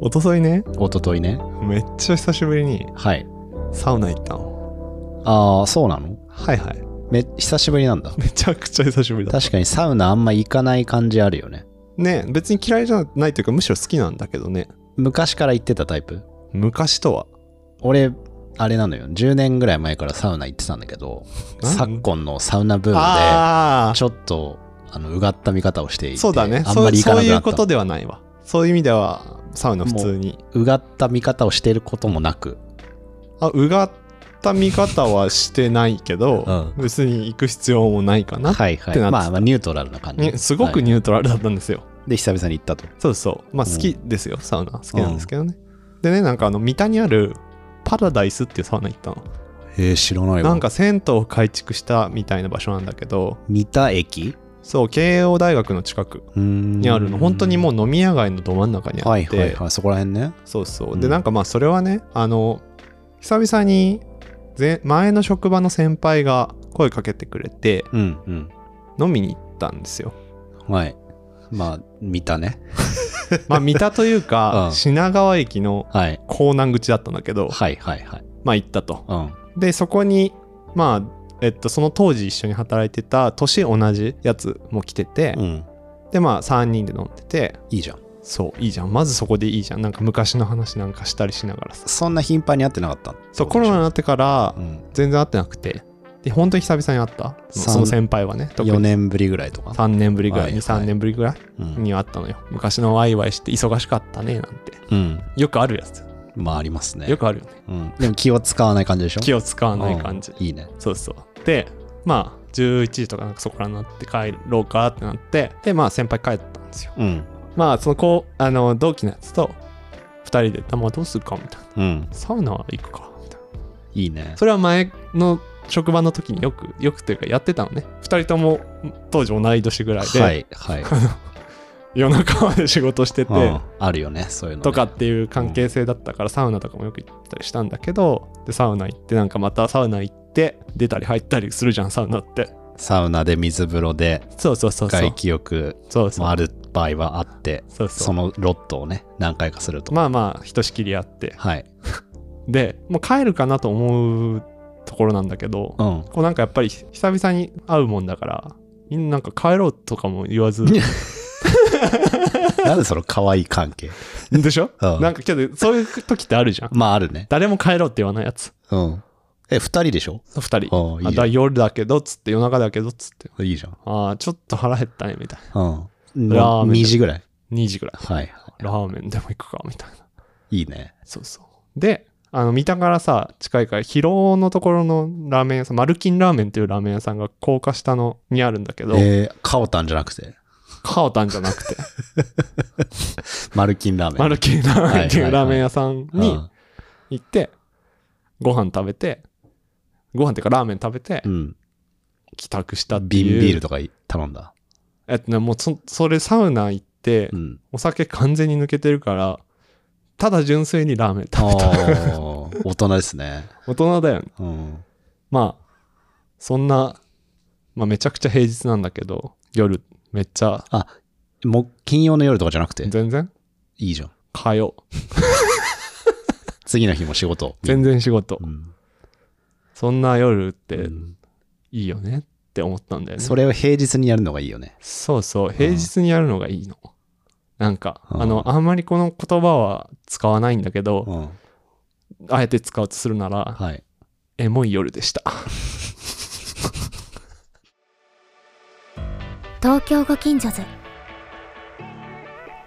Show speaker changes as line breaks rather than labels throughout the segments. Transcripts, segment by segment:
おとといね、
おとといね。
めっちゃ久しぶりに
はい。
サウナ行ったの。
ああ、そうなの
はいはい。
め、久しぶりなんだ。
めちゃくちゃ久しぶりだ。
確かにサウナあんま行かない感じあるよね。
ね別に嫌いじゃないというか、むしろ好きなんだけどね。
昔から行ってたタイプ
昔とは。
俺、あれなのよ。10年ぐらい前からサウナ行ってたんだけど、
なん
昨今のサウナブーム
あ
で、ちょっと、あの、うがった見方をしてい
あ、
て、
そうだね
あんまり行
そう。そう
かなく
い
な
う
った
ことではないわ。そういう意味では、サウナ普通に。
うがった見方をしていることもなく、
あ、うがった見方はしてないけど、別に行く必要もないかな。
はいは
って
い。
なってた
まあ、まあ、ニュートラルな感じ。
ねすごく
はい
ニュートラルだったんですよ。
で、久々に行ったと。
そうそう。まあ好きですよ、サウナ。好きなんですけどね。でね、なんかあの、三田にあるパラダイスっていうサウナ行ったの。
えー、知らないわ。
なんか銭湯を改築したみたいな場所なんだけど、
三田駅
そう、慶応大学の近くに
に
あるの。本当にもう飲み屋街のど真ん中にあ
はい
っ
はい
て、
はい、そこら辺ね。
そうそう。
うん
で、なんかまあそれはね、あの、久々に前前の職場の先輩が声かけてくれて、
うん
飲みに行ったんですよ。
うん。はい。まあ、見たね。
まあ三田というか、
うん
品川駅の
はい。
港南口だったんだけど、
はいはいはい。
まあ行ったと。
うん。
でそこにまあえっとその当時一緒に働いてた年同じやつも来てて、
うん。
でまあ3人で飲んでて
いいじゃん。
そういいじゃんまずそこでいいじゃんなんか昔の話なんかしたりしながらさ
そんな頻繁に会ってなかった
そうコロナになってから
うん。
全然会ってなくてで本当に久々に会ったそのその先輩はね特
4
に
年ぶりぐらいとか。
3年ぶりぐらい
はい
に3年ぶりぐらい
うん。
に会ったのよ昔のワイワイして忙しかったねなんて
うん。
よくあるやつ
まあ、ありますね。
よくあるよね
うん。でも気を使わない感じでしょ
気
を
を使わない感じ、
いいね。
そうそう。で、まあ、11時とかなんかそこらになって帰ろうかってなって、で、まあ、先輩帰ったんですよ。
うん。
まあ、その子、あの、同期のやつと、2人で、まあ、どうするかみたいな。
うん。
サウナは行くかみたいな。
いいね。
それは前の職場の時によく、よくというかやってたのね。2人とも当時同い年ぐらいで、
はいはい。
夜中まで仕事してて、
うんあるよね、そういうのね。
とかっていう関係性だったから、サウナとかもよく行ったりしたんだけど、で、サウナ行って、なんかまたサウナ行って、出たり入ったりするじゃん、サウナって。
サウナで水風呂で
そうそうそうそう。
外気浴
そうそう
もある場合はあって、
そうそう
そのロットをね、何回かすると。
まあまあひとしきりやって
はい。
でもう帰るかなと思うところなんだけど、
うん。
こうなんかやっぱり久々に会うもんだからみんななんか帰ろうとかも言わ ず
なんでその可愛い関係
でしょ、
うん
なんかけどそういう時ってあるじゃん
まああるね。
誰も帰ろうって言わないやつ
うん。え、二人でしょ
2人
ああいいじ
あ
ゃん
だ夜だけどっつって夜中だけどっつって
いいじゃん。
ああちょっと腹減ったねみたい
うん。
ラーメン
2時ぐらい。
な2時ぐらい
はい。
ラーメンでも行くかみたいない
いね。
そうそうであの三田からさ近いから広尾のところのラーメン屋さんマルキンラーメンっていうラーメン屋さんが高架下のにあるんだけど、
えー、カオタンじゃなくて、
カオタンじゃなく て、
マルキンラーメン。
マルキーラーメンっていうラーメン屋さん
うん
に行って、ご飯食べて、ご飯っていうかラーメン食べて
う、ん。
帰宅したって
瓶
いう。
ビールとか頼んだ。
えっとね、もうそ、それサウナ行って
う、ん。
お酒完全に抜けてるから、ただ純粋にラーメン
あ
食べた。
ー大人ですね。
大人だよね。
うん。
まあ、そんな、まあめちゃくちゃ平日なんだけど、夜めっちゃ、
あ、もう金曜の夜とかじゃなくて、
全然
いいじゃん。
通う。
次の日も仕事。
全然仕事。
うん。
そんな夜って
うん
いいよねって思ったんだよね。
それを平日にやるのがいいよね。
そうそう、平日にやるのがいいの。なんか、
うん
あの、あんまりこの言葉は使わないんだけど、
うん。
あえて使うとするなら、
はい。
エモい夜でした。
東京ご近所図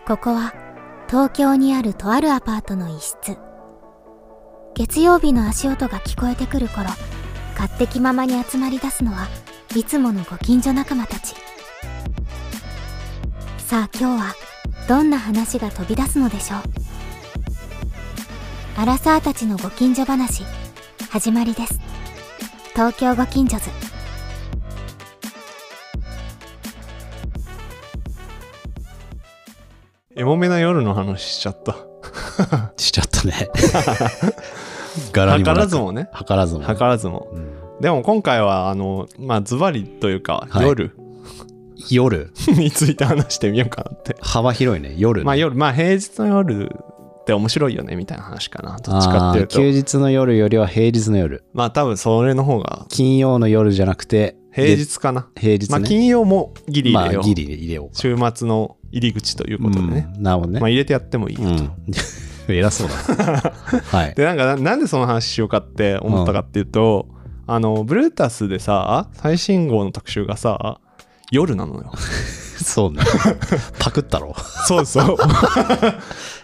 ここは東京にあるとあるアパートの一室月曜日の足音が聞こえてくる頃勝手気ままに集まり出すのはいつものご近所仲間たちさあ今日はどんな話が飛び出すのでしょうアラサーたちのご近所話始まりです東京ご近所図
エモめな夜の話しちゃった。
しちゃった ね。柄にも
図
なく
らず。もね。
図らずもね。
図らずも。
うん
でも今回は、あの、まあ、ズバリというか、
はい
夜
夜。
について話してみようかなって。
幅広いね。夜ね。
まあ、夜、まあ、平日の夜って面白いよねみたいな話かな。どっちかっていう
あー休
と。
日の夜よりは平日の夜。
まあ多分それの方が
金曜の夜じゃなくて、
平
で
日かな。
平日ね。
まあ金曜もギリ入れよう。
まあギリ入れようか。
週末の入り口ということでね。
うんなるほどね。
まあ入れてやってもいいよと。
うん、 偉そうだ な。はい。
でなんかななんでその話しようかって思ったかっていうと、あのブルータスでさ最新号の特集がさ夜なの よ
そうね。パクったろ。
そうそう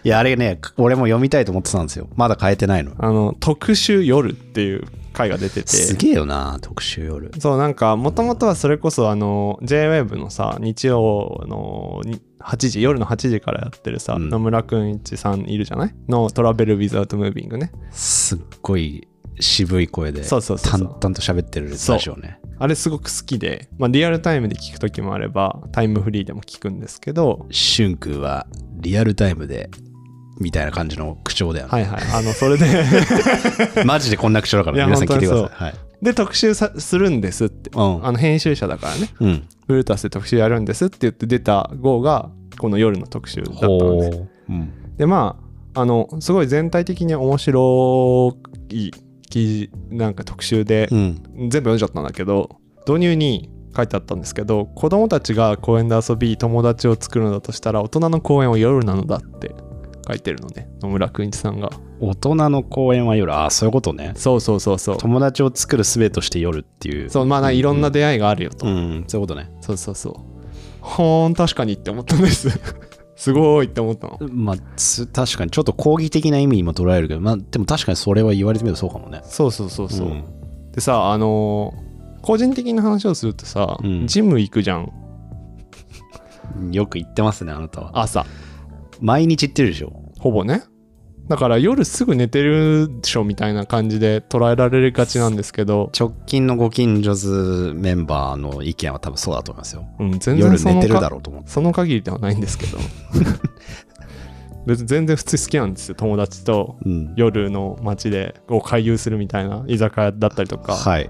いや、あれね、俺も読みたいと思ってたんですよ。まだ変えてないの。
あの特集夜っていう回が出てて
すげえよな、特集夜。
そうなんかもともとはそれこそあの JWAVE のさ日曜のに8時夜の8時からやってるさ、
うん
野村くん一さんいるじゃないのトラベル・ウィザート・ムービングね
すっごい渋い声で、
そうそうそうそう
淡々と喋ってる最初ね。
あれすごく好きで、まあ、リアルタイムで聞く時もあればタイムフリーでも聞くんですけど
シュン君はリアルタイムで、みたいな感じの口調だよね。
はいはいあのそれで
マジでこんな口調だか
いや
ら、皆さん聞いてくだ
本
さい。
で特集さするんですって
はい。
あの編集者だからね
うん。うん。
ブルータスで特集やるんですって言って出た号がこの夜の特集だったんです
う。うん。
でまああのすごい全体的に面白い記事なんか特集で、
うん。
全部読んじゃったんだけど導入に書いてあったんですけど子供たちが公園で遊び友達を作るのだとしたら大人の公園は夜なのだって書いてるのね野村くんいちさんが
大人の公演は夜。ああ、そういうことね。
そうそうそうそう
友達を作る術として夜っていう。
そうまあないろんな出会いがあるよと、
うん、そういうことね。
そうそうそうほーん確かにって思ったんです すごいって思ったの
まあ、つ確かに、ちょっと抗議的な意味にも捉えるけど、まあ、でも確かにそれは言われてみるとそうかもね。
そうそうそうそう、
ん
でさあのー個人的な話をするとさ、
うん
ジム行くじゃん
よく言ってますね、あなたは。
朝
毎日言ってるでしょ。
ほぼねだから夜すぐ寝てるでしょみたいな感じで捉えられがちなんですけど、
直近のご近所図メンバーの意見は多分そうだと思いますよ。
うん、全然
夜
その
寝てる
か
だろうと思って。
その限りではないんです けど別に全然普通に好きなんですよ友達と
うん。
夜の街でこう回遊するみたいな居酒屋だったりとか、
はい。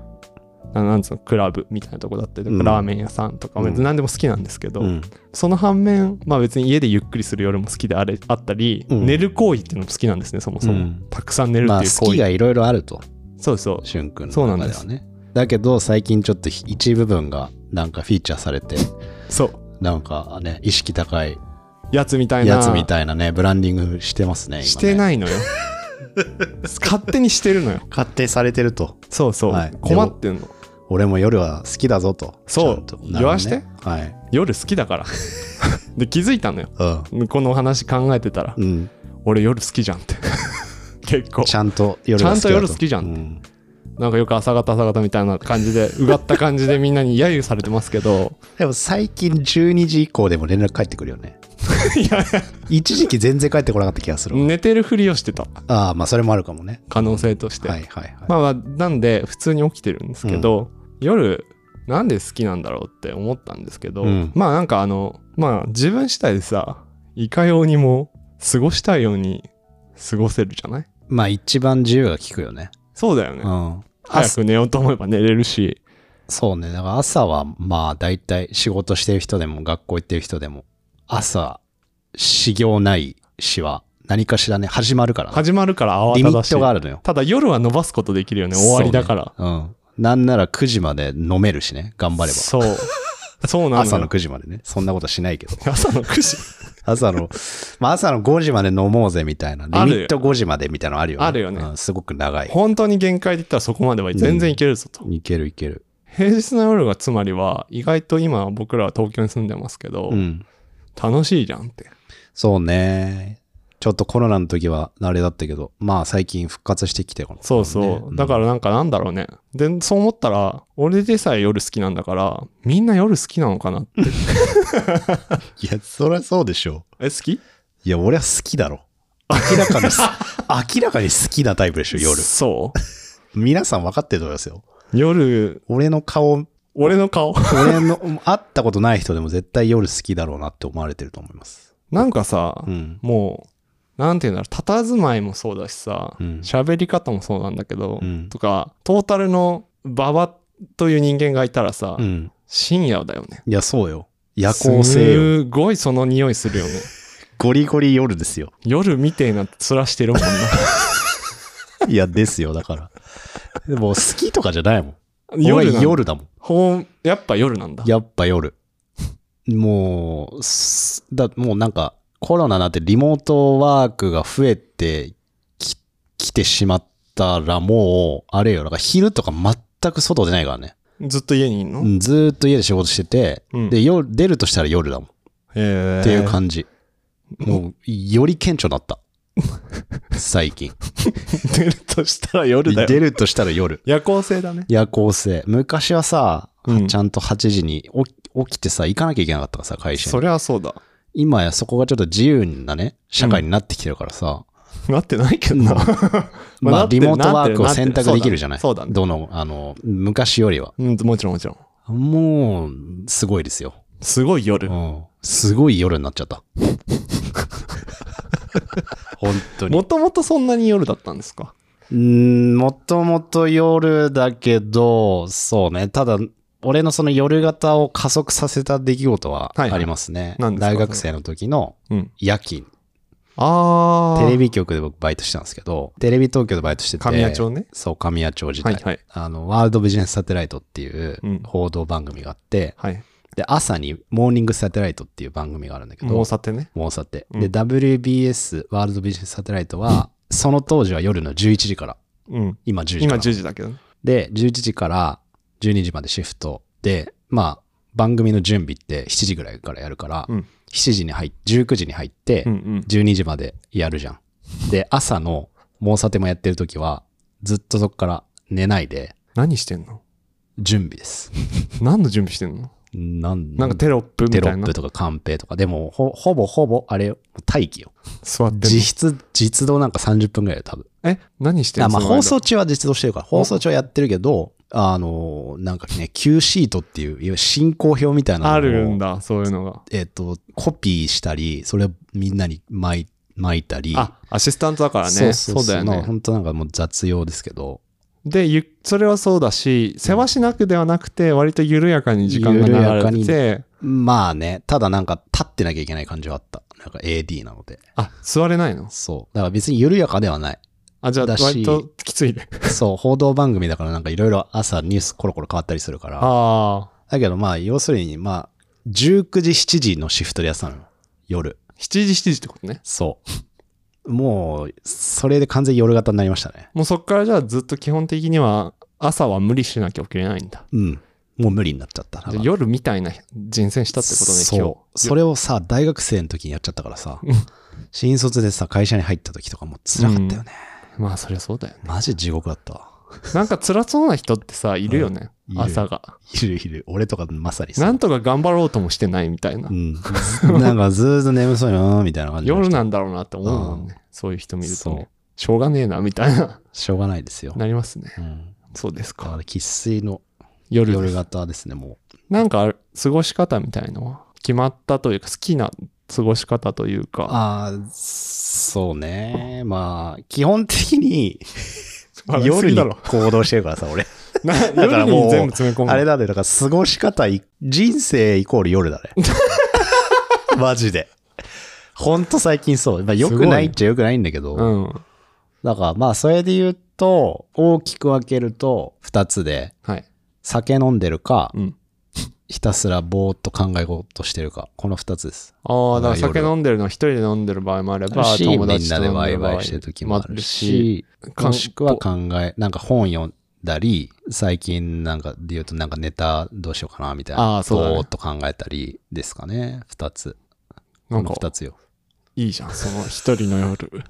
ななんつうのクラブみたいなとこだったりとか、
うん
ラーメン屋さんとか
うん
別に何でも好きなんですけど、
うん。
その反面、まあ、別に家でゆっくりする夜も好きであれあったり、
うん
寝る行為っていうのも好きなんですねそもそも、
うん
たくさん寝るって
まあ、
いう行
好
為、
きがいろいろあると、
そうそう
しゅんくん
そうな
の
ん
中
で
ですはね。だけど、最近ちょっと一部分がなんかフィーチャーされて、
そう
なんかね、意識高い
やつみたいな
やつみたいなね、ブランディングしてますね。今ね
してない のよ勝手にしてるのよ
勝手にされてると。
そうそう、
はい
困ってんの
俺も夜は好きだぞと。
そう
ちゃんと
言わして
なるほどね
夜好きだから で気づいたのよ
はい。
この話考えてたら、
うん。うん。
俺夜好きじゃんって 結構
ちゃんと夜が好きだと。
ちゃんと夜好きじゃん
うん。
なんかよく朝方朝方みたいな感じでうがった感じでみんなに揶揄されてますけど
でも最近12時以降でも連絡返ってくるよね。
いや
一時期全然返ってこなかった気がする。
寝てるふりをしてた
ああ、まあそれもあるかもね。
可能性として、
はいはいはい。
まあまあなんで普通に起きてるんですけど、夜なんで好きなんだろうって思ったんですけど、
うん
まあなんかあのまあ自分次第でさいかようにも過ごしたいように過ごせるじゃない
まあ一番自由が利くよね。
そうだよね、
うん。
早
朝
く寝ようと思えば寝れるし
そうね。だから朝はまあ大体仕事してる人でも学校行ってる人でも、朝、修行ないしは何かしらね、始まるからね、
始まるから慌
リ
た
ミ
だ
ッ
しい
トがあるのよ。
ただ夜は伸ばすことできるよね終わりだから
そうねうん。なんなら9時まで飲めるしね、頑張れ
そうそうな
ば。
の
朝の
よ
9時までね。そんなことしないけど。
朝の9時
朝の、 まあ朝の5時まで飲もうぜみたいな。リ
ある
ミット5時までみたいなのあるよね。
あるよね
うんすごく長い。
本当に限界で言ったらそこまでは全然いけるぞと、
いけるいける。
平日の夜がつまりは意外と今僕らは東京に住んでますけど、
うん。
楽しいじゃんって
そうね。ちょっとコロナの時はあれだったけど、まあ最近復活してきてこの
そうそう、
ねん
だからなんかなんだろうねでそう思ったら俺でさえ夜好きなんだからみんな夜好きなのかなって
いや、そりゃそうでしょ
え好き
う。いや、俺は好きだろ。明らか にす、明らかに好きなタイプでしょ、夜。
そ
皆さん分かってると思いますよ。
う夜
俺の顔
俺の 顔
俺の会ったことない人でも絶対夜好きだろうなって思われてると思います。
なんかさ、
うん。
もうなんて言うんだろう佇まいもそうだしさ
うん
喋、り方もそうなんだけど、
うん
とかトータルの馬場という人間がいたらさ、
うん。
深夜だよね
いや、そうよ。夜行性よ。
すごいその匂いするよね
ゴリゴリ夜ですよ。
夜みてえな面して るもんな。
いや、ですよ、だから。でも、好きとかじゃないもん。
夜な
夜
んだ
夜だもん。
ほん、やっぱ夜なんだ。
やっぱ夜。もう、すだ、もうなんか、コロナになってリモートワークが増えてき、来てしまったらもう、あれよ、なんか昼とか全く外出ないからね。
ずっと家にいんの、
うんずーっと家で仕事してて、
うん
で、夜、出るとしたら夜だもん。
へえ
っていう 感じ。もう、より顕著になった。最 近。
出るとしたら夜だ
出
よ。
るとしたら夜。
夜行性だね。
夜行性。昔はさ、
うん
ちゃんと8時に起き起きてさ、行かなきゃいけなかったからさ、会社に
そ。りゃそうだ。
今やそこがちょっと自由なね、社会になってきてるからさ、
なってないけ どな。
まあ、
なって
リ
る
モートワークを選択できるじゃない
そうだね。
どの、あの、昔よりは。
うん、もちろんもちろん。
もう、すごいですよ。
すごい夜
う。ん。すごい夜になっち ゃった。本当に。
もともとそんなに夜だったんですか
うん、もともと夜だけど、そうね。ただ、俺のその夜型を加速させた出来事は
は
あ
いはい
りますね。
何ですか
大学生の時の
うん。
夜勤。
あー。
テレビ局で僕バイトしてたんですけど、テレビ東京でバイトしてて。
神谷町ね。
そう、神谷町自
は
体。
いはい。
あの、ワールドビジネスサテライトっていう
うん
報道番組があって、
はい。
で、朝にモーニングサテライトっていう番組があるんだけど、
もうさてね。
モーサテ。
うん
で、WBS、ワールドビジネスサテライトは、その当時は夜の11時から、
うん。
今10時
今
から。
10時だけどね。
で、11時から12時までシフトで、まあ、番組の準備って7時ぐらいからやるから、
うん
7時に入っ19時に入って、
うんうん。
12時までやるじゃん。で、朝のモーサテもやってる時は、ずっとそこから寝ないで、
何してんの
準備です。
何の準備してんの
なん
なんかテロップみた
テ
い
ロ
な。
ップとかカンペとか、でもほほぼほぼ、あれよ、待機よ。
座ってんの
実質、実動なんか30分ぐらいで多分。
え何してん
あ
の
まあ
その間
放送中は実動してるから、放送中はやってるけど、あの、なんかね、Q シートっていう、いわゆる進行表みたいなのを
あるんだ、そういうのが。
えっ、と、コピーしたり、それをみんなに巻い巻いたり。
あ、アシスタントだからね。そうだよ
まあ
ね。
本当なんかもう雑用ですけど、
で、ゆそれはそうだし、せわしなくではなくて、割と緩やかに時間が
緩や
流
か
れて
に
て、
まあね、ただなんか立ってなきゃいけない感じはあった。なんか AD なので。
あ、座れないの
そう。だから別に緩やかではない。
あ、じゃあ
だし
割ときついね。
そう、報道番組だからなんかいろいろ朝ニュースコロコロ変わったりするから。
ああ、
だけどまあ、要するにまあ、19時、7時のシフトでやってたのよ。夜。
7時7時ってことね。
そう。もう、それで完全に夜型になりましたね。
もうそっからじゃあずっと基本的には、朝は無理しなきゃ起きれないんだ。
うん。もう無理になっちゃった。
じゃあ夜みたいな人選したってことね、今日
そ。う。それをさ、大学生の時にやっちゃったからさ、新卒でさ、会社に入った時とかもう辛かったよね。
まあ、そりゃそうだよね。
マジ地獄だったわ。
なんか辛そうな人ってさ、いるよね。
うんいる
朝が。
いるいる。俺とかまさにさ。
なんとか頑張ろうともしてないみたいな
う。ん。なんかずー っと眠そうよなみたいな感じの人
夜なんだろうなって思うもんね。そういう人見ると
そう
ね。しょうがねえな、みたいな、
しょうがないですよ。
なりますね。
うん。
そうです
だか
か。
ら、喫水の
夜で
夜
す。
型ですね、も
なんかある、過ごし方みたいのは、決まったというか、好きな過ごし方という
う。
か、
ああ、そうね。まあ、基本的に
笑いす
夜
ぎ
に
だ ろ
行動してるからさ、俺。
な
だから
夜
もう
に全部詰め込む。
あれだね、だから過ごし方い、人生イコール夜 だね。マジで。ほんと最近そう。まあ、よくないっちゃよくないんだけど。
うん。
だからまあ、それで言うと、大きく分けると、二つで、
はい。
酒飲んでるか、
うん。
ひたすらぼーっと考え事してるか、この二つです。
ああ、だから
夜
酒飲んでるのは一人で飲んでる場合もあれば、
し
友達
みん
と
なで
飲ん
ワ
で
イ
る場合
ワイしてる時もある
し、
し、もしくは考え、なんか本読んだり、最近なんかで言うとなんかネタどうしようかなみたいな。
あーそうだね
ぼーっと考えたりですかね。二つ。
なん
こ
か
の、二つよ。
いいじゃん、その一人の 夜。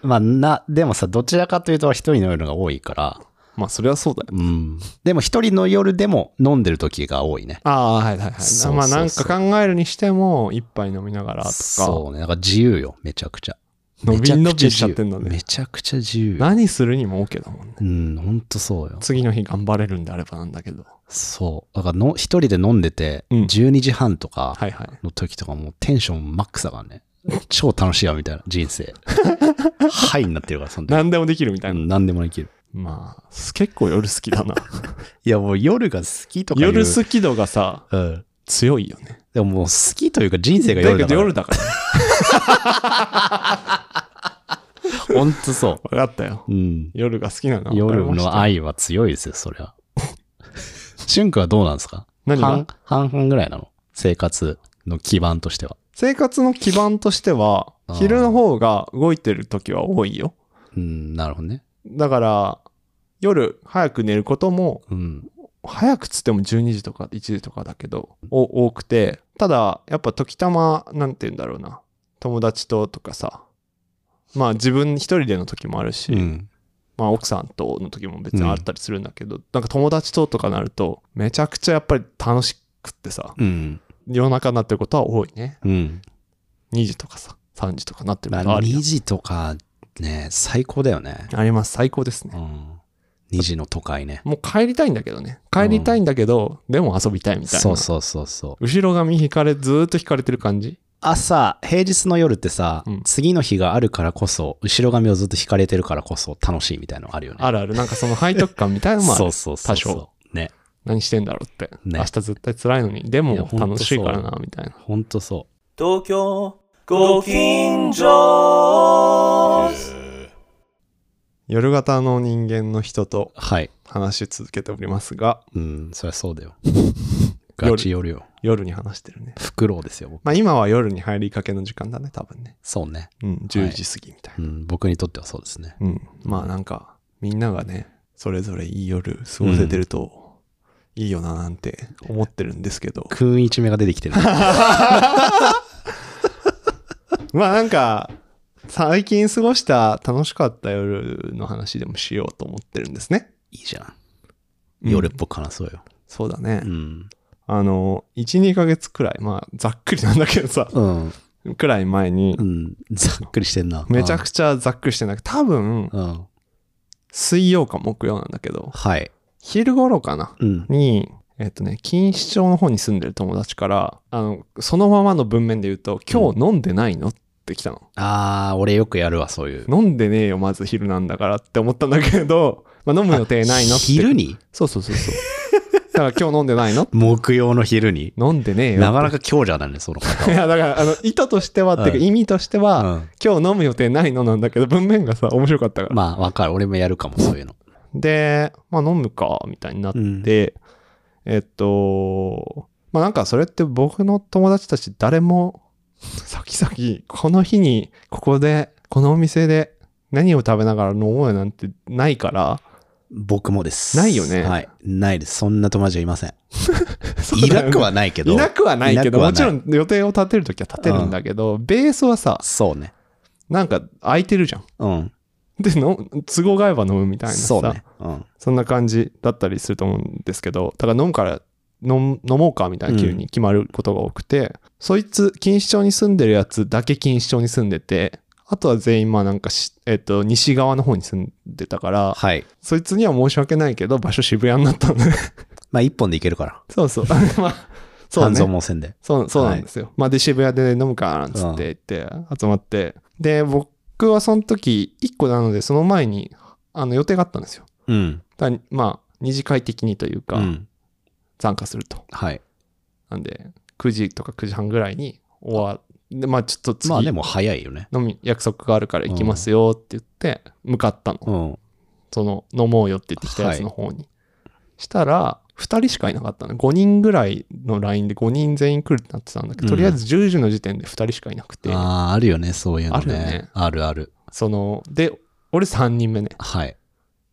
まあな、でもさ、どちらかというと一人の夜が多いから、
まあ、それはそうだよ。
うん。でも一人の夜でも飲んでる時が多いね。
ああ、はいはいはい。
そうそうそう
まあ、なんか考えるにしても、一杯飲みながらとか、
そうね。だから自由よ、めちゃくちゃ。
伸び伸
めちゃ
び
くちゃ
し
自
ちゃ
由
ってんだね。
めちゃくちゃ自由。
何するにも OK だもんね。
うん、ほんとそうよ。
次の日頑張れるんであればなんだけど。
そう。だからの、一人で飲んでて、
うん
12時半とか
はいはい。
の時とかもうテンションマックスだからね。超楽しいわ、みたいな人 生。はいになってるから、そんで。
何でもできるみたい
う
な。
ん何でもできる。
まあ、 結構夜好きだな。
いや、もう夜が好きとかいう
夜好き度がさ、
うん。
強いよね。
でももう好きというか人生が
だ
夜
け
だか
ど
ら。
夜だから。
ほんとそ
分かったよ。
う。うん。
夜が好きなのは分かり
夜
ました
の愛は強いですよ、そり ゃ。シュンクはどうなんですか
何が
半半々ぐらいなの生活の基盤としては。
生活の基盤としては
あー
昼の方が動いてる時は多いよ
うん、なるほどね。
だから夜早く寝ることも
うん。
早くつっても12時とか1時とかだけどお多くてただやっぱ時たまなんて言うんだろうな友達ととかさまあ自分一人での時もあるし、
うん。
まあ奥さんとの時も別にあったりするんだけど、なんか友達ととかなるとめちゃくちゃやっぱり楽しくってさ
うん。
夜中になってることは多いね
うん。
2時とかさ3時とかなってる
ま
こ
あ、
とあるよ
2時とかね、最高だよね。
あります。最高です
う
ね。
ん。2時の都会ね。
もう帰りたいんだけどね。帰りたいんだけど、でも遊びたいみたいな。
そうそうそうそう。
後ろ髪引かれ、ずーっと引かれてる感じ
朝、平日の夜ってさ、
うん
次の日があるからこそ、後ろ髪をずっと引かれてるからこそ楽しいみたいなのあるよね。
あるある。なんかその背徳感みたいなのもある
そうそうそうそ
多
う。
少
ね。
何してんだろうって。
ね
明日絶対辛いのに。で
いや
も
ほんとそう
楽しいからな、みたいな。
ほんとそう。
東京ご近所
夜型の人間の人と
はい。
話し続けておりますが、
うん、そりゃそうだよ。ガチ夜よ。
夜に話してるね。
フクロウですよ、僕。
まあ今は夜に入りかけの時間だね、多分ね。
そうね。
うん、10時過ぎみたいうな。
ん、僕にとってはそうですね。
うん。まあなんか、みんながね、それぞれいい夜過ごせてると、いいよななんて思ってるんですけど。
君一目が出て きてる。
まあなんか最近過ごした楽しかった夜の話でもしようと思ってるんですね。
いいじゃん。
うん
夜っぽく話そうよ。
そうだね。
うん。
あの12ヶ月くらいまあざっくりなんだけどさ
うん。
くらい前に
うん。ざっくりしてんな。
めちゃくちゃざっくりしてなく多分
うん。うん。
水曜か木曜なんだけど
はい。
昼頃かな
うん。
にえっとね錦糸町の方に住んでる友達からあのそのままの文面で言うと「今日飲んでないの?」って来たの。
あー、俺よくやるわ、そういう。
飲んでねえよまず昼なんだからって思ったんだけど、 まあ、飲む予定ないのって
昼に
そうそうそうそう。だから今日飲んでない の
木曜の昼に
飲んでねえよ。
なかなか強者だね、その
いやだからあの意図としては、っていう
う
か
ん
意味としては、
方。うん。
今日飲む予定ないのなんだけど文面がさ面白かったから。
まあ、わかる。俺もやるかも、そういうの。
で、まあ飲むかみたいになって、
うん
えっとまあなんかそれって僕の友達たち誰も先々この日にここでこのお店で何を食べながら飲もうよなんてないから。
僕もです。
ないよね
はい。ないです。そんな友達はいませ ん。
そう
い
だよ
な
ね
くはないけど。
いなくはないけど
いなくは
もちろん予定を立てるときは立てるんだけど、ベースはさ
そうね。
なんか空いてるじゃん。
うん。
で、の都合が合えば飲むみたいなさ、
そうね。うん。
そんな感じだったりすると思うんですけど、だから飲むから飲飲もうかみたいな急に決まることが多くて、そいつ、錦糸町に住んでるやつだけ錦糸町に住んでて、あとは全員まあなんかし、えっと、西側の方に住んでたから、
はい。
そいつには申し訳ないけど、場所渋谷になったのね。
まあ、一本でいけるから。
そう そう。まあ、そう
半
ね
蔵。門線で。
そうそうなんですよ。まあで渋谷で飲むかなんつって言って集まって。で僕はその時1個なのでその前にあの予定があったんですよ。
うん。
だからまあ二次会的にというか
うん。
参加すると。
はい。
なんで9時とか9時半ぐらいに終わでまあちょっと次
まあ、で
飲
も早いよね。
み約束があるから行きますよって言って向かったの。
うん。
その飲もうよって言ってきたやつの方に。したら2人しかいなかったの5人ぐらいの LINE で5人全員来るってなってたんだけど、とりあえず10時の時点で2人しかいなくて
ああ、あるよね、そういうのね。
あるよね
あるある。
そので俺3人目ね
はい。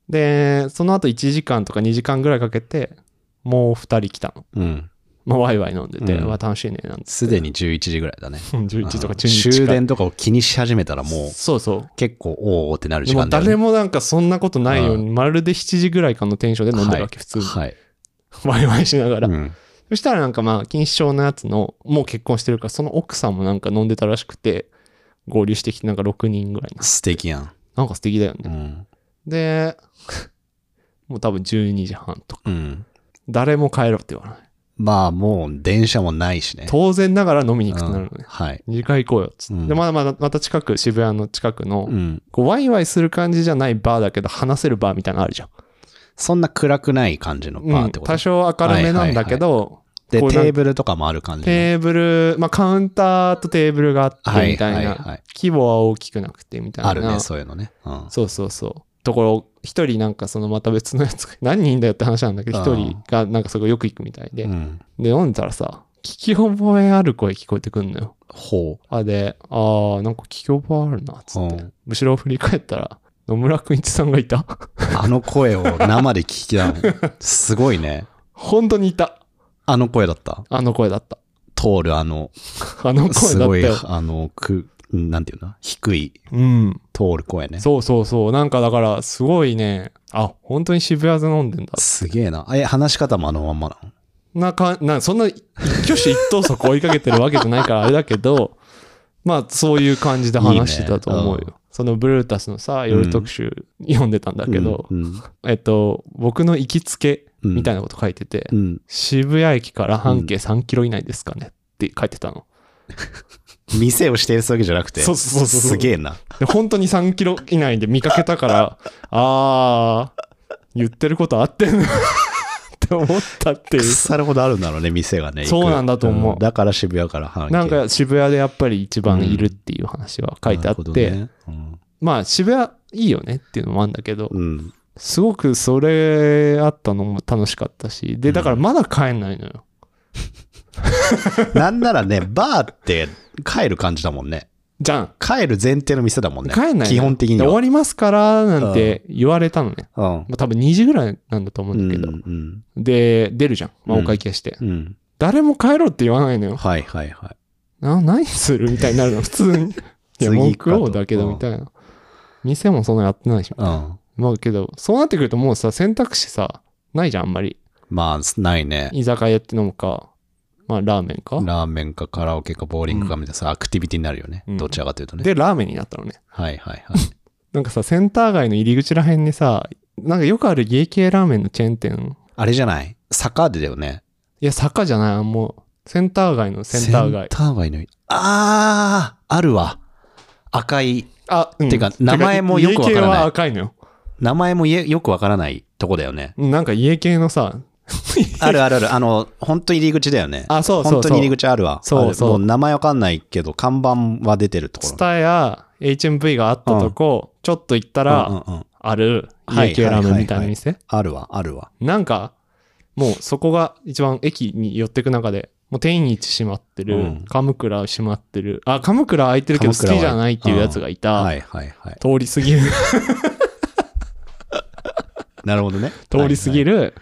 でその後1時間とか2時間ぐらいかけてもう2人来たの、
うん。
まあ、ワイワイ飲んでて、
うん
まあ楽しいねなんつ
す でに11時ぐらいだね。
11時とか12時
うん終
近い
電とかを気にし始めたらもう
そうそう
結構おーおーってなる
で
時
も
間だよね。
誰もなんかそんなことないように、まるで7時ぐらいかのテンションで飲んでるわけ、普通に
はい。
ワイワイしながら、
うん
そしたらなんかまあ、錦糸町のやつの、もう結婚してるから、その奥さんもなんか飲んでたらしくて、合流してきてなんか6人ぐらいな。
素敵やん。
なんか素敵だよ
う
ね。
ん。
で、 もう多分12時半とか。
うん。
誰も帰ろうって言わない。
まあ、もう電車もないしね。
当然ながら飲みに行くってなるの
うん
ね。
はい。
二次会行こうよっつって。
うん
で、まだまだ、また近く、渋谷の近くの
う、ん。
こうワイワイする感じじゃないバーだけど、話せるバーみたいなのあるじゃん。
そんな暗くない感じの
う
バーっ
ん、
てこと
多少明るめなんだけど、
で、
こうなん
テーブルとかもある感じの。
テーブル、まあ、カウンターとテーブルがあって
はい
みたいな、
はいはい
規模は大きくなくてみたいな
あるね、そういうのね。うん。
そうそうそう。ところ、一人なんかそのまた別のやつが、何人だよって話なんだけど、一人がなんかそこよく行くみたいで。
うん、
で、飲んだらさ、聞き覚えある声聞こえてくんのよ。
ほ
あ、で、あー、なんか聞き覚えあるな、つって。
うん
後ろを振り返ったら、野村くんいちさんがいた。
う。あの声を生で聞きたの。すごいね。
本当にいた。
あの声だった。
あの声だった。
通るあの、
あの声
す
だっ
ご
た
い、
よ。
あの、く、なんていうの低い、
うん。
通る声ね。
そうそうそう。なんかだから、すごいね、あ、本当に渋谷で飲んでんだ。
すげえな。え、話し方もあのまんまなの
なか、な、そんな一挙手一投足追いかけてるわけじゃないからあれだけど、 まあそういう感じで話してたと思うよ。
いいね
そのブルータスのさ、夜特集読んでたんだけど、
うん。うん
えっと、僕の行きつけみたいなこと書いてて、
うん。
渋谷駅から半径3キロ以内ですかねって書いてたの。
店を指定するわけじゃなくて。
そうそうそうそう
すげえな。
で、本当に3キロ以内で見かけたから、 あー、言ってることあってんなって思ったっていう。
腐るほどあるんだろうね、店がね。行く
そうなんだと思うん
だから渋谷から半径
なんか渋谷でやっぱり一番いるっていう話は書いてあっ
な
て、
るほどね
まあ渋谷いいよねっていうのもあるんだけど、
うんうん。
すごくそれあったのも楽しかったし、で、だからまだ帰んないのよ。
なんならね、 バーって帰る感じだもんね。
じゃん。
帰る前提の店だもんね。
帰んないのよ
基本的に
で
は。
終わりますから、なんて言われたのね。
うん
まあ多分2時ぐらいなんだと思
う
うん
ん
だけど。
うん
で、出るじゃん。まあ
う
お
ん
会計して。
うん。
誰も帰ろうって言わないのよ。
はいはいはい。
な、何するみたいになるの、普通に。いや、
次
文
行く
句
かと
をだけど、みたいな。店もそんなやってないし。
うん。
まあけど、そうなってくるともうさ、選択肢さ、ないじゃん、あんまり。
まあ、ないね。
居酒屋やって飲むか、まあラーメンか。
ラーメンかカラオケかボーリングかみたいなさ、アクティビティになるよね。
うん
どちらかというとね。
で、ラーメンになったのね。
はいはいはい。
なんかさ、センター街の入り口らへんにさ、なんかよくある家系ラーメンのチェーン店。
あれじゃない坂でだよね。
いや、坂じゃない、もう、センター街のセンター街。
センター街の。あー、あるわ。赤い。
あ、うん。
てか名前もよくわ
家
からない
系は赤いのよ。
名前もいえよくわからないとこだよね。
うんなんか家系のさ、
あるあるある。あの、本当入り口だよね。
あ、そうそうそう。
本当に入り口あるわ。
そうそう
あるもう名前わかんないけど、看板は出てるところ。
ツタや HMV があったとこ、ちょっと行ったら、
うんうんうん
ある家系ラーメンみたいな店、
あるわ、あるわ。
なんか、もうそこが一番駅に寄ってく中で、もう天一閉まってる、
うん
鎌倉閉まってる、あ、鎌倉空いてるけど好
鎌倉
き
は
じゃないっていうやつがいた、
はいはいはい。
通り過ぎる、
なるほどね。
通り過ぎる、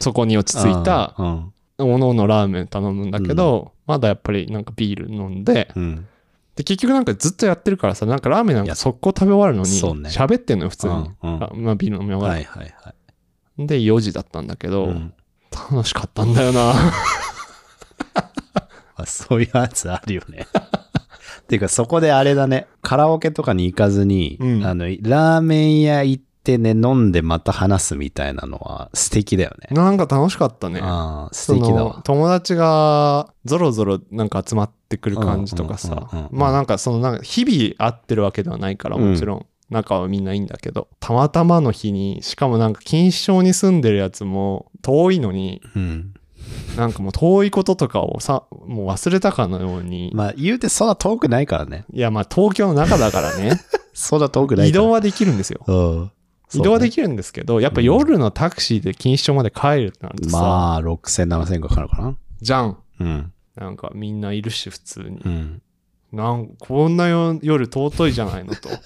そこに落ち着いた、
はいはい。うん
おのおのラーメン頼むんだけど、まだやっぱりなんかビール飲んで、
うん。
で、結局なんかずっとやってるからさ、なんかラーメンなんか速攻食べ終わるのに、
いやそうね
喋ってんのよ、普通に。
うんうん
あまあビール飲み終
うん
わる、
はいはいはい。
で、4時だったんだけど、
うん
楽しかったんだよな。
あそういうやつあるよね。 っていうか、そこであれだね、カラオケとかに行かずに、
うん
あの、ラーメン屋行ってね、飲んでまた話すみたいなのは素敵だよね。
なんか楽しかったね。
ああ、素
そ
敵だ
の
わ。
友達がゾロゾロなんか集まってくる感じとかさ
うんうんうんうん
まあなんかそのなんか日々会ってるわけではないから
うん
もちろん、仲はみんないいんだけどたまたまの日にしかもなんか錦糸町に住んでるやつも遠いのに
うん。
なんかもう遠いこととかをさもう忘れたかのように、
まあ、言うてそんな遠くないからね。
いやまあ東京の中だから ね
そんな遠くない
移
から。
動はできるんです よ
うん。
移動はで
き
きるんですけど、やっぱ夜のタクシーで錦糸町まで帰るってなるとさ、
まあ、6000、7000かかるか
じゃん
な。うん。
なんかみんないるし普通に
うん。
なんこんなよ夜尊いじゃないのと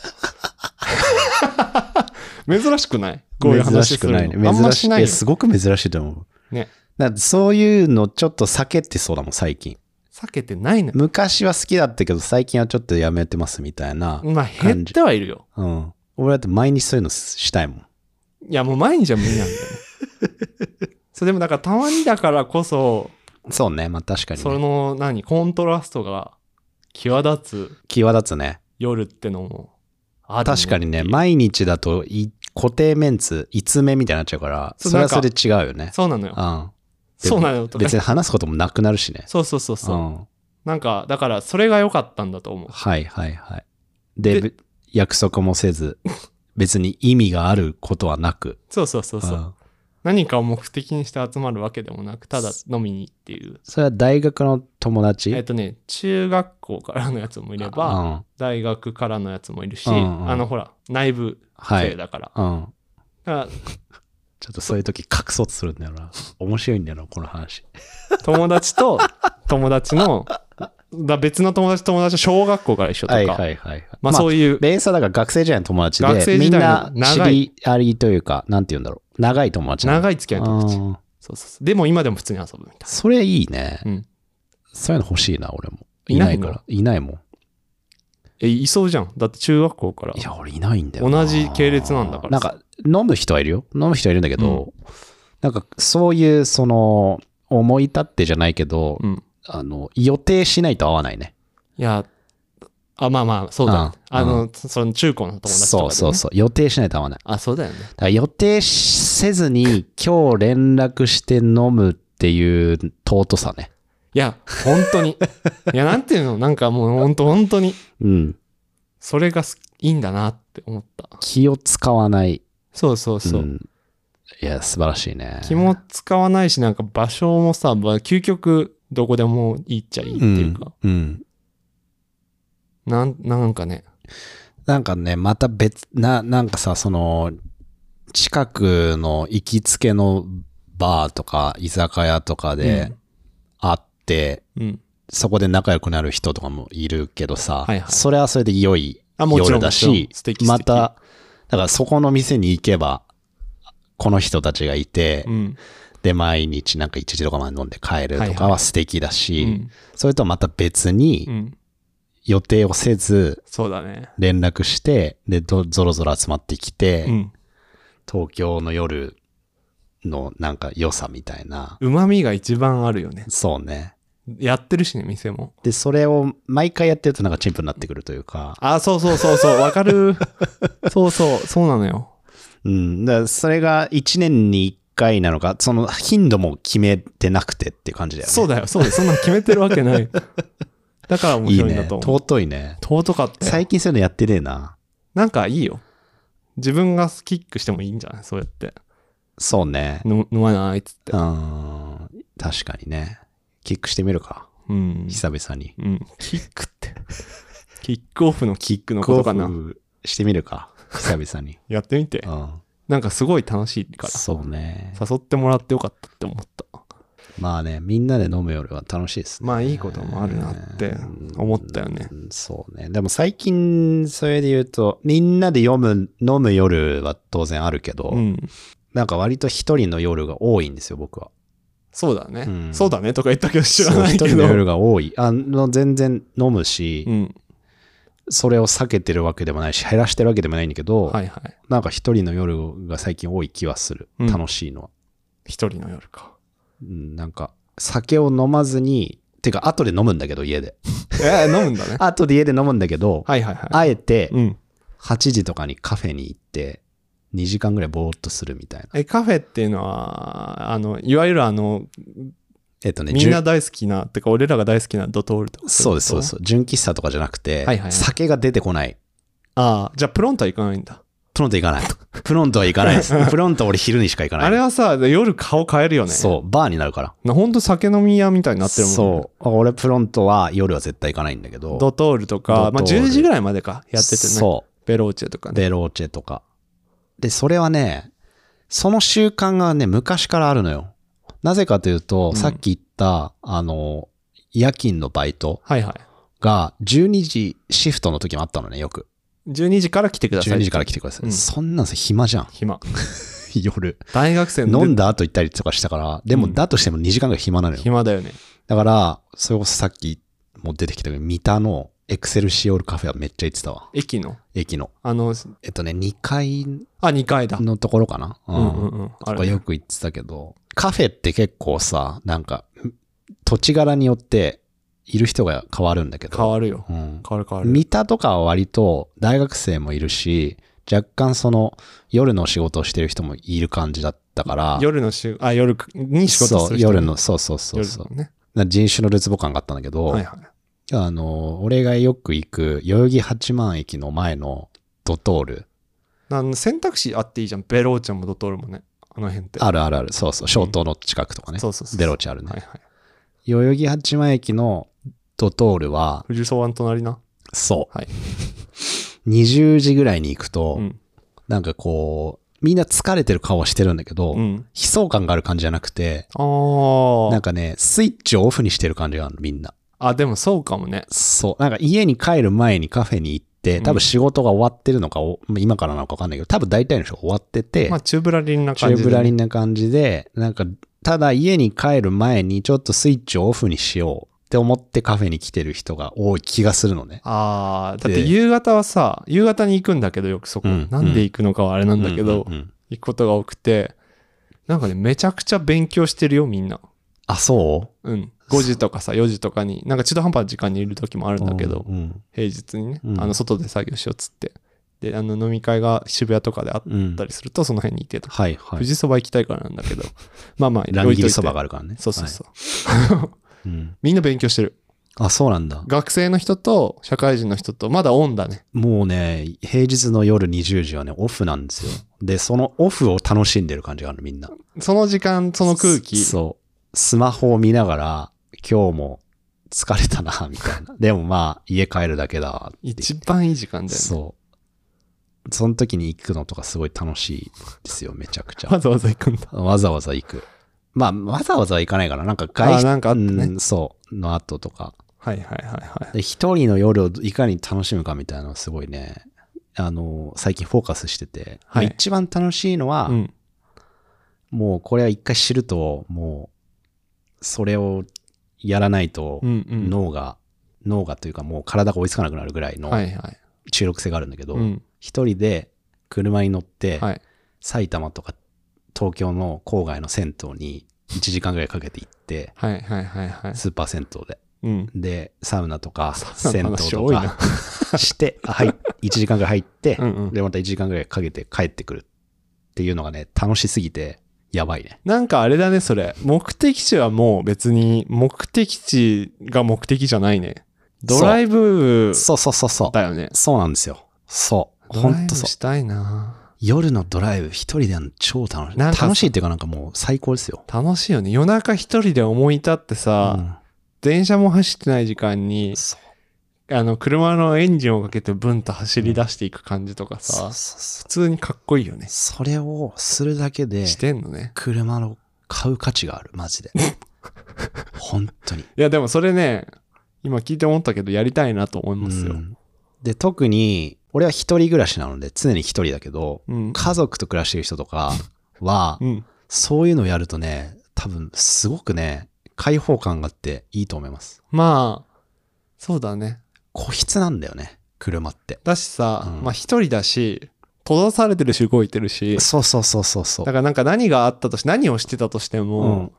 珍しくないこういう
珍
話
し
す
く
るの
ないね。
あんま
珍し
し
い
ない
や。
よ
すごく珍しいと思う。
ね。
だからそういうのちょっと避けてそうだもん、最近。
避けてないのよ
昔は好きだったけど、最近はちょっとやめてますみたいな。
まあ減ってはいるよ
うん。俺だって毎日そういうのしたいもん。
いやもう毎日は無理なんだよね そうでもだからたまにだからこそ
そうね。まあ確かに、
そ
ね。
の何コントラストが際立つ
際立つね。
夜ってのもあるね
確かにね。毎日だとい固定メンツ、いつめみたいになっちゃうから、
そう
それはそれで違うよね。
そうなのよ
うん。
そうなのよとか
別に話すこともなくなるしね。
そうそう そうそう、
ん。
なんかだからそれが良かったんだと思う
はいはいはい。で、ぶ 約束もせず、別に意味があることはなく。
そうそうそうそう
うん
何かを目的にして集まるわけでもなく、ただ飲みにっていう。
それは大学の友達
えっとね、中学校からのやつもいれば、大学からのやつもいるし、
うんうん
あのほら、内部
はい
生だから。
うん。うん。
だから
ちょっとそういう時、格卒するんだ よな。面白いんだよな、この話。
友達と 友達の、だ別の友達と友達は小学校から一緒とか、
はいはいはいはい。
まあそういう、
ベースはだから学生時代の友達
学
で、
生
み
時
ん
代
な
の
知り合いというか、なんて言うんだろう。長い友達い
長い付き合いの友達。
達。
そうそうそう。でも今でも普通に遊ぶみたいな。
それいいね。
うん
そういうの欲しいな、俺も。い
い
な
ないい
か
の
ら。いないもん。
え、いそうじゃん。だって中学校から
い。や、俺いないんだよな。
同じ系列なんだから
なんか、飲む人はいるよ。飲む人はいるんだけど、なんか、そういう、その、思い立ってじゃないけど、
うん。
あの、予定しないと合わないね。
いや、あ、まあまあ、そうだ、ね
うん
あの、その中高の友達とか、ね。
そうそうそう。予定しないと合わない。
あ、そうだよね。
だから予定せずに、今日連絡して飲むっていう尊さね。
いや、本当に。いや、なんていうのなんかもう本当本当に、
うん。
それがすいいんだなって思った。
気を使わない。
そうそうそう。
んいや、素晴らしいね。
気も使わないし、なんか場所もさ、まあ究極どこでもいいっちゃいいっていうか、
うんうん
なん、なんかね、
なんかね、また別、な、なんかさ、その、近くの行きつけのバーとか居酒屋とかで会って、
うん。
そこで仲良くなる人とかもいるけどさ、
はいはい
それはそれで良い
あもちろん
夜だ
もちろ
し
ん素敵、素敵
また、だからそこの店に行けば、この人たちがいて、
うん。
で、毎日なんか1時とかまで飲んで帰るとか
はいは
は素敵だし、
うん
それとはまた別
う
に
ん。
予定をせず
そうだね。
連絡して、で、どぞろぞろ集まってきて、
うん。
東京の夜のなんか良さみたいな。
うまみが一番あるよね。
そうね。
やってるしね、店も。
で、それを毎回やってるとなんかチンプになってくるというか、
あ、そうそうそうそう、わか る。そうそう、そうなのよ。
うん。だからそれが1年に1回なのか、その頻度も決めてなくてっていう感じだよね。
そうだよ、そうだよ、そんなの決めてるわけ ない。だから面
いい
白いんだ
ね。
と思う。
尊いね。
尊かったよ。
最近そういうのやってねえな。
なんかいいよ。自分がキックしてもいいんじゃないそうやって。
そうね。
の飲まないっつって
う。ん。確かにね。キックしてみるか。
うん。
久々に。
うん。キック って。キックオフのキックのことかな
キッ。クオフしてみるか。久 々に。
やってみて
う。ん。
なんかすごい楽しいから。
そうね。
誘ってもらってよかったって思った。
まあね、みんなで飲むよりは楽しいですね。
まあいいこともあるなって思ったよね
う。んそうね。でも最近、それで言うと、みんなで読む、飲む夜は当然あるけど、
うん。
なんか割と一人の夜が多いんですよ、僕は。
そうだね、
うん
そうだねとか言ったけど知らない
そう
け
一人
ど。
の夜が多い。あの、全然飲むし、
うん。
それを避けてるわけでもないし、減らしてるわけでもないんだけど、
はいはい。
なんか一人の夜が最近多い気はする。
うん
楽しいのは。
一人の夜か。
うん、なんか、酒を飲まずに、てか後で飲むんだけど、家で。。
えー飲むんだ ね
後で家で飲むんだけど、
はいはいはい。
あえて、
うん。
8時とかにカフェに行って、2時間ぐらいぼーっとするみたいな。
え、カフェっていうのは、あの、いわゆるあの、
えっとね、
みんな
純
大好きな、てか俺らが大好きなドトールとか。
そうです、そうです。。純喫茶とかじゃなく
はい
て、
はいはい
酒が出てこない。
ああ、じゃあプロントは行かないんだ。
プロント行かない。プロントは行かな いです。プロントは俺昼にしか行かない。
あれはさ、夜顔変えるよね。
そう、バーになるから。
なほんと酒飲み屋みたいになってるもんね。
そう。俺プロントは夜は絶対行かないんだけど、
ドトールとか、
ド
ま
ト
あ、
ール
10時ぐらいまでか、やっててね。
そ
ベローチェとか
う。
ね。
ベローチェとか。で、それはね、その習慣がね、昔からあるのよ。なぜかというと、
ん
さっき言った、あの、夜勤のバイト
はいはい。
が12時シフトの時もあったのね、よく。
12時から来てください。
12時から来てください。
うん。
そんなんさ、暇じゃん
暇。
夜。
大学生の
飲んだ後行ったりとかしたから、でも、
うん
だとしても2時間ぐらい暇なのよ。
暇だよね。
だから、それこそさっきも出てきたけど、三田のエクセルシオールカフェはめっちゃ行ってたわ。
駅の。
駅の。
あの、
えっとね、2階
あ、2階だ。
のところかな。う
うんうんうん。あ
と
れ
か
ね
よく行ってたけど、カフェって結構さ、なんか、土地柄によっている人が変わるんだけど。
変わるよ。
うん、
変わる変わる。
三田とかは割と大学生もいるし、若干その夜の仕事をしてる人もいる感じだったから、
夜のしあ、夜に仕事す
そう
る人ね
夜の、そうそうそう
夜
そう。
ね。
な人種のるつぼ感があったんだけど、
はいはい。
あの、俺がよく行く代々木八幡駅の前のドトール。
あの選択肢あっていいじゃん。ベローチェもドトールもね。あの辺って。
あるあるある。そうそう。小島の近くとかね。
そうそうそう。
出ロチあるね。
はいはい。
代々木八幡駅のドトールは、
藤沢の隣な。
そう。
はい
20時ぐらいに行くと、
うん。
なんかこう、みんな疲れてる顔はしてるんだけど、
うん。
悲壮感がある感じじゃなくて、
あー
なんかね、スイッチをオフにしてる感じがあるの、みんな。
あ、でもそうかもね。
そう。なんか家に帰る前にカフェに行って、多分仕事が終わってるのか、お今からなのかわかんないけど、多分大体の人が終わってて、
まあ、チューブラリンな
チ
感
ュ
じで
ーブ
ね、
ラリンな感じで、なんか、ただ家に帰る前にちょっとスイッチをオフにしようって思ってカフェに来てる人が多い気がするのね。
ああ、だって夕方はさ、夕方に行くんだけど、よくそこ。
うん
なんで行くのかはあれなんだけど、
うんうんうん
行くことが多くて、なんかね、めちゃくちゃ勉強してるよ、みんな。
あ、そ
うん。5時とかさ、4時とかに、なんか中途半端な時間にいる時もある
うん
だけど、
うん。
平日にね、
うん
あの、外で作業しようっつって。で、あの、飲み会が渋谷とかであっ
うん
た。りすると、その辺にいてとか。
はいはい
富。士そば行きたいからなんだけ ど、まあまあ、
乱
置い
切
とい
り
て
そばがあるからね。
そうそうそう。
はい。うん
みんな勉強してる。
あ、そうなんだ。
学生の人と社会人の人と、まだオンだね。
もうね、平日の夜20時はね、オフなんですよ。で、そのオフを楽しんでる感じがある、みんな。
その時間、その空気。
そう。スマホを見ながら、今日も疲れたな、みたいな。でもまあ、家帰るだけだって。
一番いい時間だよね。
そう。その時に行くのとかすごい楽しいですよ、めちゃくち
わ
ゃ。
ざわざ行くんだ。
わざわざ行く。まあ、わざわざは行かないから、なんか
あ
外
ー
出、
なんかあったね
うんそう、の後とか。
はいはいはいはい。
で一人の夜をいかに楽しむかみたいなのはすごいね、あの、最近フォーカスしてて、
はい
まあ一番楽しいのは、
うん。
もうこれは一回知ると、もう、それをやらないと
う、んうん。
脳が、脳がというかもう体が追いつかなくなるぐらいの
はいはい。
中毒性があるんだけど
う、ん。
一、人で車に乗って、
はい。
埼玉とか東京の郊外の銭湯に1時間ぐらいかけて 行って、
はいはいはいはい。
スーパー銭湯で。
うん。
で、サウナとか、
ウナ
銭
の
湯
話
と
多いな
か して、はい、1時間ぐらい入って、
うんうん
で、また1時間ぐらいかけて帰ってくるっていうのがね、楽しすぎて、やばいね。
なんかあれだね、それ。目的地はもう別に、目的地が目的じゃないね。ドライブ
そうそうそうそう。
だよね。
そうなんですよ。そう。
ドラ
ほ
イ
ん
ブ
とそう
し。たいな
夜のドライブ一人でやるの超楽しい。
なんか
楽しいっていうかなんかもう最高ですよ。
楽しいよね。夜中一人で思い立ってさ、電車も走ってない時間
う
に
ん、そう
あの、車のエンジンをかけてブンと走り出していく感じとか
そうそう
さ、
そ
普通にかっこいいよね
う。。それをするだけで、
してんのね。
車の買う価値がある、マジで。本当に。
いや、でもそれね、今聞いて思ったけど、やりたいなと思います
う
よ。
んで、特に、俺は一人暮らしなので、常に一人だけど、
うん。
家族と暮らしてる人とかは
う、ん。
そういうのをやるとね、多分、すごくね、開放感があっていいと思います。
まあ、そうだね。
個室なんだよね、車って。
だしさ、
うん
まあ一人だし、閉ざされてるし動いてるし、
そうそうそうそうそ
だか。
う
らなんか何があったとし、何をしてたとしても、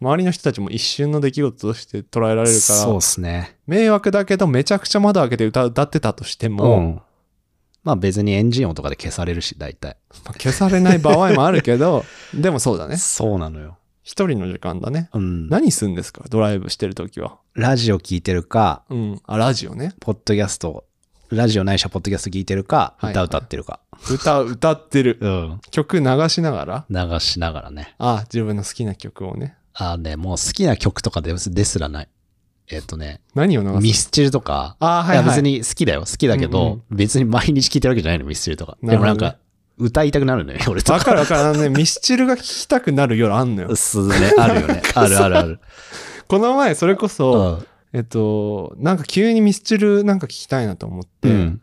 周りの人たちも一瞬の出来事として捉えられるか
そう
ら
で、すね。
迷惑だけどめちゃくちゃ窓開けて歌歌ってたとして
う
も、
ん。まあ別にエンジン音とかで消されるし、大体。
まあ消されない場合もあるけ ど、でもそうだね。
そうなのよ。
一人の時間だね。
うん。
何するんですかドライブしてるときは。
ラジオ聞いてるか、
うん。あ、ラジオね。
ポッドキャスト、ラジオないしはポッドキャスト聞いてるか、
はい
歌歌ってるか。
歌、歌ってる。
うん。
曲流しながら、
流しながらね。
あ、自分の好きな曲をね。
あーね、もう好きな曲とかですですらない。えっ、とね、
何を流
ミ
す
スチルとか、
あーはいはい
や別に好きだよ。好きだけど、
うん
別に毎日聴いてるわけじゃないの、ミスチルとか。
な
で
るほ
も
どね
なんか、歌いたくなる のよ、俺と
わ
か。
かるわかる。あのね、ミスチルが聴きたくなる夜あんのよ
うっ。すね、あるよね。あるあるある。
この前、それこ
う
そ、
ん
えっと、なんか急にミスチルなんか聴きたいなと思って、
うん。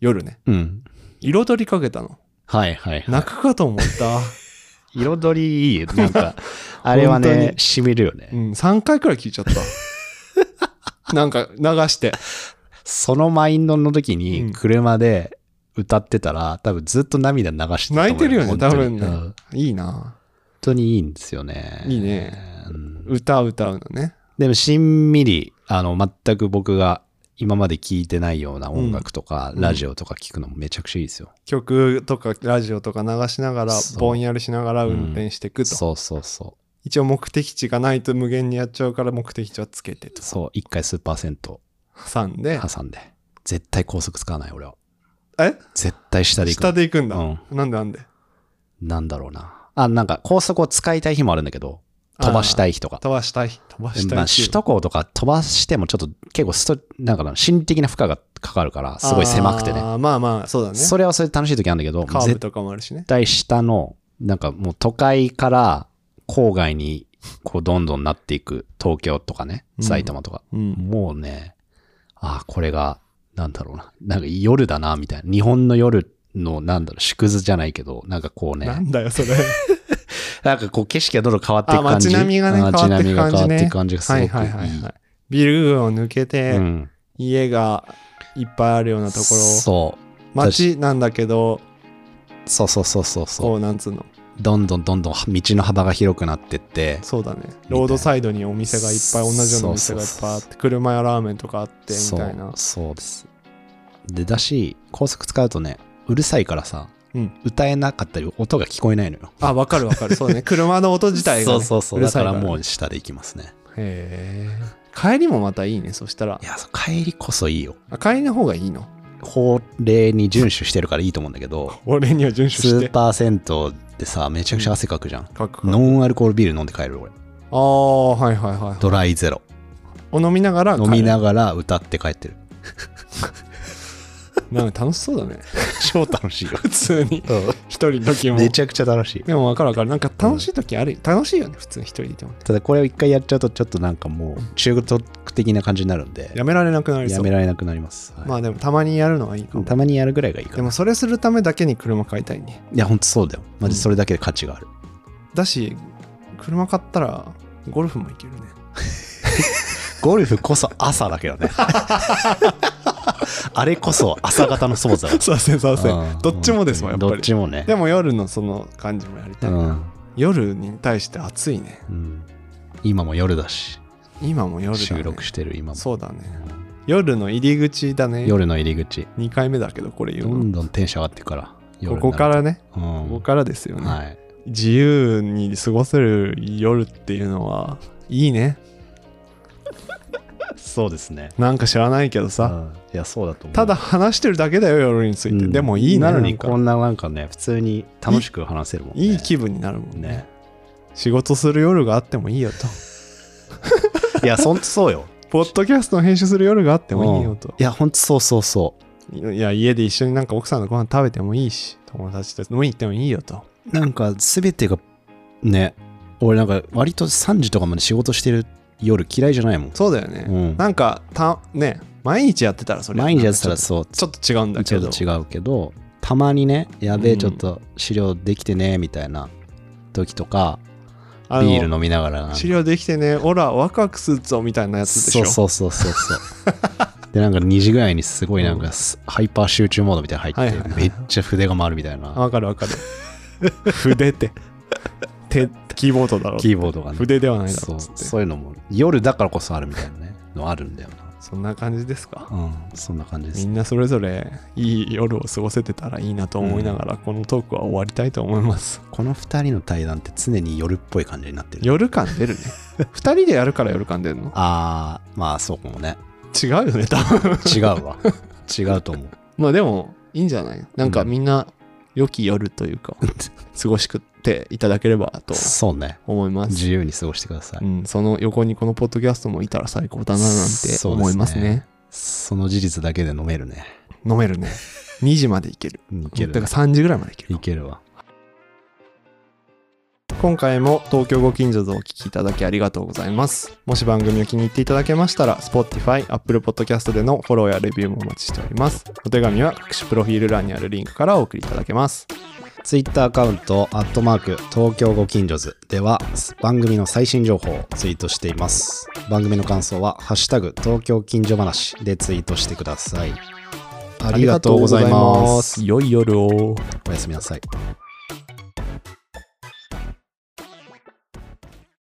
夜ね、
うん。
彩りかけたの。
はいはいはい。
泣くかと思った。
彩りいいよ。なん か、あれは
本当
ね、
に
しみるよ
う
ね。
ん、3回くらい聴いちゃった。なんか流して。
そのマインドの時
うん
に、車で歌ってたら、多分ずっと涙流してたと思う
泣いてるよね、
本
多
当に
分ね
うん本。
いいな
当にいいんですよね。
いいね。
うん
歌歌うのね。
でも、しんみり、あの、全く僕が今まで聞いてないような音楽とか、
うん
ラジオとか聞くのもめちゃくちゃいいですよ。
曲とかラジオとか流しながら
そう
ぼんやりしながら運転していくと、
そうそうそ
一応目的地がないと無限にやっちゃうから目的地はつけて
う。
と
そう、一回スーパーセント
挟んで
挟んで。絶対高速使わない、俺は。
え
絶対下で行く。
下で行くんだ、
うん
なんでなんで
なんだろうな。あ、なんか高速を使いたい日もあるんだけど、飛ばしたい日とか。
飛ばしたい。飛ばしたい。
まあ、首都高とか飛ばしてもちょっと結構スト、なんかな心理的な負荷がかかるから、すごい狭くてね。
あーまあまあ、そうだね。
それはそれで楽しい時あるんだけど、
カーブ
絶
とかもあるしね。
対下の、なんかもう都会から郊外にこうどんどんなっていく東京とかね、
うん
埼玉とか。
うん。
もうね、ああ、これが、なんだろうな。なんか夜だな、みたいな。日本の夜の、なんだろう、縮図じゃないけど、なんかこうね。
なんだよ、 それ。
なんかこう景色がどんどん変わっていく感じ。
あ街並みがね
あー街並みが変わっていく感
感じ
じがす
は
ごく
い
いい。
はいはいはい。ビル群を抜け
う
て、
ん。
家がいっぱいあるようなところ、
そう。
街なんだけど、
そうそうそうそうそ
こう、なんつうの。
う。どんどんどんどん道の幅が広くなってって、
そうだね。ロードサイドにお店がいっぱい、同じようなお店がいっぱいあっ
そうそう
て、車やラーメンとかあって、み
そ
たいうな。
そうです。で、だし、高速使うとね、うるさいからさ、
うん
歌えなかったり、音が聞こえないのよ。
あ、わかるわかる。 そうだね。車の音自体が
そ
ね。
うそうそう。
る
だ
さ
か
い
ら
ね
もう下で行きますね。
へえ。帰りもまたいいね、そしたら
い。や、そう帰りこそいいよ。
あ帰りの方がいいの
法令に遵守してるからいいと思うんだけど、
俺には遵守
ス
して
ー。パー銭湯でさ、めちゃくちゃ汗かくじゃん。
かっこいい
ノンアルコールビール飲んで帰る俺。
ああ、はいはいはい。
ドライゼロ。
お飲みながら帰る、
飲みながら歌って帰ってる。
なんか楽しそうだね。
超楽しい よ。
普通に。一人の時も。
めちゃくちゃ楽しい。
でも分かる分かる。なんか楽しい時ある。楽しいよね、普通に一人でいても。
ただこれを一回やっちゃうとちょっとなんかもう中毒的な感じになるんで、
やめられなくなり
や
そう
め。られなくなります。はい
まあでもたまにやるのはいいかも。
たまにやるぐらいがいいか
で
な。
もそれするためだけに車買いたいね。
いや、ほんとそうだよ。マジそれだけで価値がある。
だし、車買ったらゴルフも行けるね。
ゴルフこそ朝だけ どね。あれこそ朝方の操作だ。
そうせんそうせ
うん
ん。どっちもですもん、やっぱ
どっ
り。
ちもね。
でも夜のその感じもやりたい。
うん
夜に対して暑いね。
うん今も夜だし、
今も夜だ、ね。
収録してる今も。
そうだね。夜の入り口だね。
夜の入り口。
2回目だけど、これ言
ど
うんの。
どんテンション上がってくから。
こ
夜になると
こからね、
う
こ
ん
こからですよね。
はい。
自由に過ごせる夜っていうのはいいね。
そうですね。
なんか知らないけどさ。
うんいや、そうだと思う。
ただ話してるだけだよ、夜について。
うん
でもいいね。
なの
ん
に、
か
こんななんかね、普通に楽しく話せるもんね。
いい気分になるもんね。
ね。
仕事する夜があってもい いよと。
いや、ほんとそ うよ。
ポッドキャストの編集する夜があってもいいよと
うん。いや、ほんとそうそうそう。
いや、家で一緒になんか奥さんのご飯食べてもいいし、友達と飲みに行ってもいいよと。
なんか、すべてが、ね、俺なんか、割と3時とかまで仕事してる夜嫌いじゃないもん。
そうだよね。
うん
なんか、た、ね、毎日やってたらそれ。
毎日やってたら
ち
そう、
ょっとちょっと違うんだ
ち
け
ょ
ど。
っと違うけど、たまにね、やべ
う
え、
ん
ちょっと資料できてね、みたいな時とか、
あの
ビール飲みながらなんか
治療できて ね、オラ、ワクワクするぞみたいなやつでし
そ
ょ。
うそうそうそうそう でなんか2時ぐらいにすごいなんかす、ハイパー集中モードみたいなの入って、
はいはいはい
めっちゃ筆が回るみたい
あ
な
わかるわかる。 筆って。 手、キーボードだろう。
キーボードがね
筆ではないだ
そ
ろう
う
っつって。
そういうのも夜だからこそあるみたいなねのあるんだよ
そんな感じですか。
なうんそんな感じで
み
す
んなそれぞれいい夜を過ごせてたらいいなと思いながら、このトークは終わりたいと思います。
この2人の対談って常に夜っぽい感じになってる
夜感出 るね。二人でやるから夜感出るの
あーまあそうかもね
違うよね、多 分。
違うわ違うと思う
まあでも、いいんじゃないなんか
うん
みんな、良き夜というか、過ごしくっていただければと
そうね
思います。
自由に過ごしてください、
うん、その横にこのポッドキャストもいたら最高だななんて思います
そうです
ね。
その事実だけで飲めるね
飲めるね。2時までいける。
いける
だから3時ぐらいまでいける
い。けるわ
今回も東京ご近所図をお聞きいただきありがとうございます。もし番組を気に入っていただけましたら、Spotify、Apple Podcast でのフォローやレビューもお待ちしております。お手紙は各種プロフィール欄にあるリンクからお送りいただけます。
ツイッターアカウント、アットマーク、東京ご近所図では、番組の最新情報をツイートしています。番組の感想は、ハッシュタグ、東京近所話でツイートしてください。ありがとうございます。
良い夜を。
おやすみなさい。